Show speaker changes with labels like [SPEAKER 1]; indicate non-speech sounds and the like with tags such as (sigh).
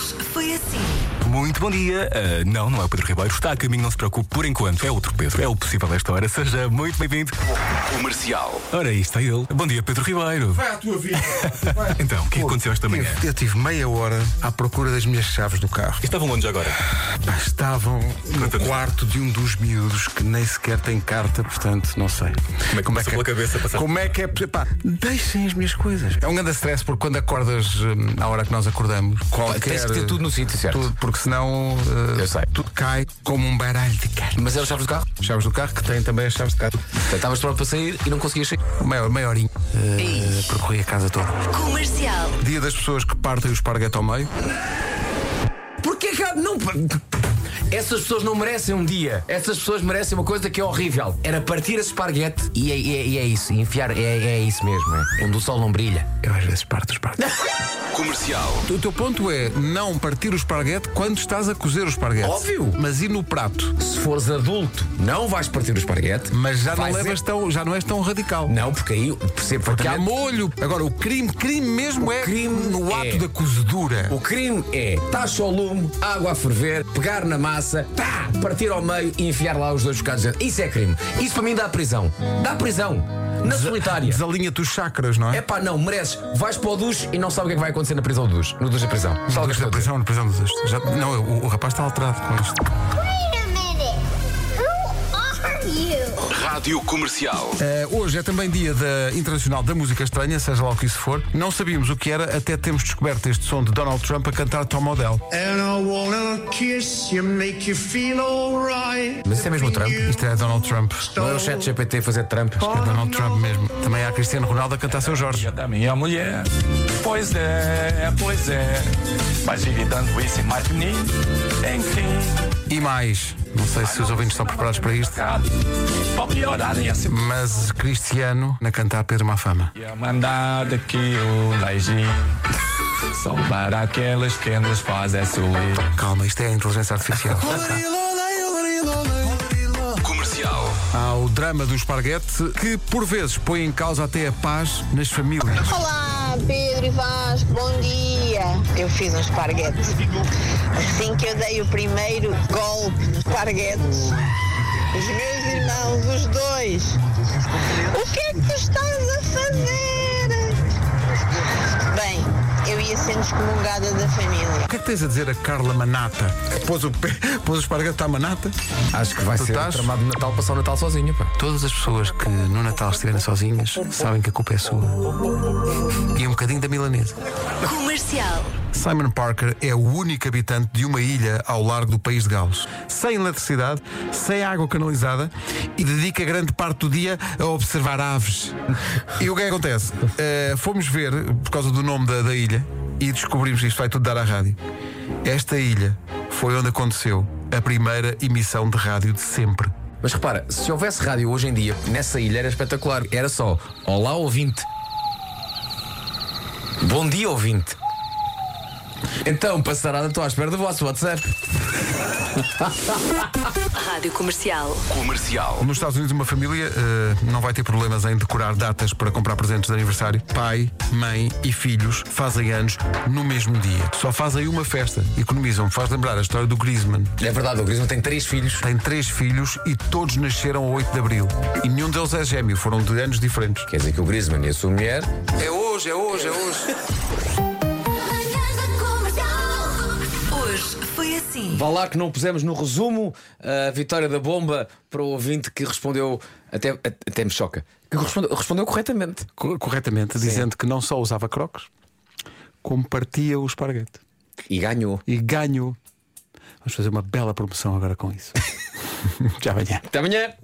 [SPEAKER 1] assim.
[SPEAKER 2] Muito bom dia. Ah, não, não é o Pedro Ribeiro. Está a caminho, não se preocupe. Por enquanto, é outro Pedro. É o possível desta hora. Seja muito bem-vindo.
[SPEAKER 3] Comercial.
[SPEAKER 2] Ora, aí está ele. Bom dia, Pedro Ribeiro.
[SPEAKER 4] Vai à tua vida.
[SPEAKER 2] (laughs)
[SPEAKER 4] Vai.
[SPEAKER 2] Então, o que é que aconteceu esta
[SPEAKER 4] Eu,
[SPEAKER 2] manhã?
[SPEAKER 4] eu tive meia hora à procura das minhas chaves do carro.
[SPEAKER 2] Estavam onde já agora?
[SPEAKER 3] Ah,
[SPEAKER 4] Pá, Estavam no
[SPEAKER 2] Conta-nos.
[SPEAKER 4] quarto de um dos miúdos que nem sequer tem carta, portanto, não sei.
[SPEAKER 2] é que passou pela cabeça,
[SPEAKER 3] Tá.
[SPEAKER 2] passaste-
[SPEAKER 4] Como é que é. Pá, deixem as minhas coisas. É um grande stress porque quando acordas hum, à hora que nós acordamos, qualquer.
[SPEAKER 3] Tens que ter tudo no sítio, certo?
[SPEAKER 4] Tudo, porque senão eh,
[SPEAKER 3] Eu sei.
[SPEAKER 4] tudo cai como um baralho de cartas.
[SPEAKER 3] Mas eram chaves do carro?
[SPEAKER 4] Chaves do carro que têm também as chaves de carro.
[SPEAKER 3] Portanto, Estavas pronto para sair e não conseguias sair.
[SPEAKER 4] Meia, meia horinha. eh, percorri a casa toda.
[SPEAKER 1] Comercial.
[SPEAKER 4] Dia das pessoas que partem o esparguete ao meio.
[SPEAKER 3] Porquê é que há- não. Essas pessoas não merecem um dia. Essas pessoas merecem uma coisa que é horrível. Era partir esse esparguete e é, e é- e é isso. Enfiar, é, é isso mesmo. É. Onde o sol não brilha.
[SPEAKER 4] Eu às vezes parto os esparguete.
[SPEAKER 3] (laughs) Comercial.
[SPEAKER 4] O teu ponto é não partir o esparguete quando estás a cozer o esparguete.
[SPEAKER 3] Óbvio.
[SPEAKER 4] Mas e no prato?
[SPEAKER 3] Se fores adulto, não vais partir o esparguete.
[SPEAKER 4] Mas já não,
[SPEAKER 3] Vais
[SPEAKER 4] levas tão, já não és tão radical.
[SPEAKER 3] Não, porque aí eu percebo
[SPEAKER 4] Que há
[SPEAKER 3] perfeitamente.
[SPEAKER 4] molho. Agora, o crime, crime mesmo é
[SPEAKER 3] crime
[SPEAKER 4] no
[SPEAKER 3] é-
[SPEAKER 4] ato da cozedura.
[SPEAKER 3] O crime é taxa ao lume, água a ferver, pegar na massa, pá, partir ao meio e enfiar lá os dois bocados dentro. Isso é crime. Isso para mim dá prisão. Dá prisão. Na solitária.
[SPEAKER 4] Desalinha-te os chakras, não
[SPEAKER 3] É
[SPEAKER 4] é?
[SPEAKER 3] pá, não, mereces. Vais para o duche e não sabes o que é que vai acontecer na prisão do duche. No duche da prisão. Sabe o que é que
[SPEAKER 4] Na
[SPEAKER 3] eu estou a dizer?
[SPEAKER 4] prisão, na prisão dos dois. Já- Não, o, o rapaz está alterado com isto.
[SPEAKER 5] Wait a minute. Who are you?
[SPEAKER 6] Rádio Comercial.
[SPEAKER 4] Eh, hoje é também dia da Internacional da Música Estranha, seja lá o que isso for. Não sabíamos o que era até termos descoberto este som de Donald Trump a cantar Tom Odell.
[SPEAKER 7] And I wanna kiss you, make you feel alright.
[SPEAKER 3] Mas isso é mesmo o Trump?
[SPEAKER 4] Isto é Donald Trump.
[SPEAKER 3] Não é o chat GPT fazer trampas.
[SPEAKER 4] É Donald Trump mesmo. Também há Cristiano Ronaldo a cantar seu Jorge.
[SPEAKER 8] da minha mulher. Pois é, pois é. Mas evitando isso, imagine. Enfim,
[SPEAKER 4] E mais. Não sei se os ouvintes estão preparados para isto,
[SPEAKER 8] cara, pode piorar esse.
[SPEAKER 4] mas Cristiano na cantar Pedro Mafama.
[SPEAKER 8] E a mandada que o laje são para aquelas que nos fazem sorrir.
[SPEAKER 4] Calma, isto é a inteligência artificial.
[SPEAKER 6] Comercial.
[SPEAKER 4] Há o drama do esparguete que, por vezes, põe em causa até a paz nas famílias.
[SPEAKER 9] Olá, Pedro e Vasco, bom dia. Eu fiz um esparguete. Assim que eu dei o primeiro golpe no esparguete, os meus irmãos, os dois, o que é que tu estás a fazer? Bem, eu ia sendo excomungada da família.
[SPEAKER 4] O que é que tens a dizer a Carla Manata? Que Pôs o, pé, (laughs) pôs o esparguete à manata?
[SPEAKER 3] Acho que vai
[SPEAKER 4] Tu
[SPEAKER 3] ser
[SPEAKER 4] estás?
[SPEAKER 3] tramado de Natal passar o Natal sozinho, pá.
[SPEAKER 4] Todas as pessoas que no Natal estiverem sozinhas sabem que a culpa é sua. E um bocadinho da milanesa.
[SPEAKER 1] Comercial.
[SPEAKER 4] Simon Parker é o único habitante de uma ilha ao largo do país de Gales. Sem eletricidade, sem água canalizada e dedica grande parte do dia a observar aves. E o que é que acontece? Eh, fomos ver, por causa do nome da, da ilha, e descobrimos isto vai tudo dar à rádio. Esta ilha foi onde aconteceu a primeira emissão de rádio de sempre.
[SPEAKER 3] Mas repara, se houvesse rádio hoje em dia, nessa ilha era espetacular. Era só Olá ouvinte. Bom dia ouvinte. Então, passarada, estou à espera do vosso WhatsApp.
[SPEAKER 1] Rádio Comercial.
[SPEAKER 6] Comercial.
[SPEAKER 4] Nos Estados Unidos, uma família eh, não vai ter problemas em decorar datas para comprar presentes de aniversário. Pai, mãe e filhos fazem anos no mesmo dia. Só fazem uma festa. Economizam. Faz lembrar a história do Griezmann.
[SPEAKER 3] É verdade, o Grisman tem três filhos.
[SPEAKER 4] Tem três filhos e todos nasceram a 8 de abril. E nenhum deles é gêmeo. Foram de anos diferentes.
[SPEAKER 3] Quer dizer que o Grisman e a sua mulher.
[SPEAKER 4] É hoje, é hoje, é hoje.
[SPEAKER 1] Hoje foi assim.
[SPEAKER 3] Vá lá que não pusemos no resumo a vitória da bomba para o ouvinte que respondeu. Até, até me choca. Que respondeu, respondeu corretamente.
[SPEAKER 4] Co- Corretamente, dizendo que não só usava crocs, como partia o esparguete.
[SPEAKER 3] E ganhou.
[SPEAKER 4] E (laughs) ganhou. Vamos fazer uma bela promoção agora com isso. Já amanhã.
[SPEAKER 3] Até amanhã!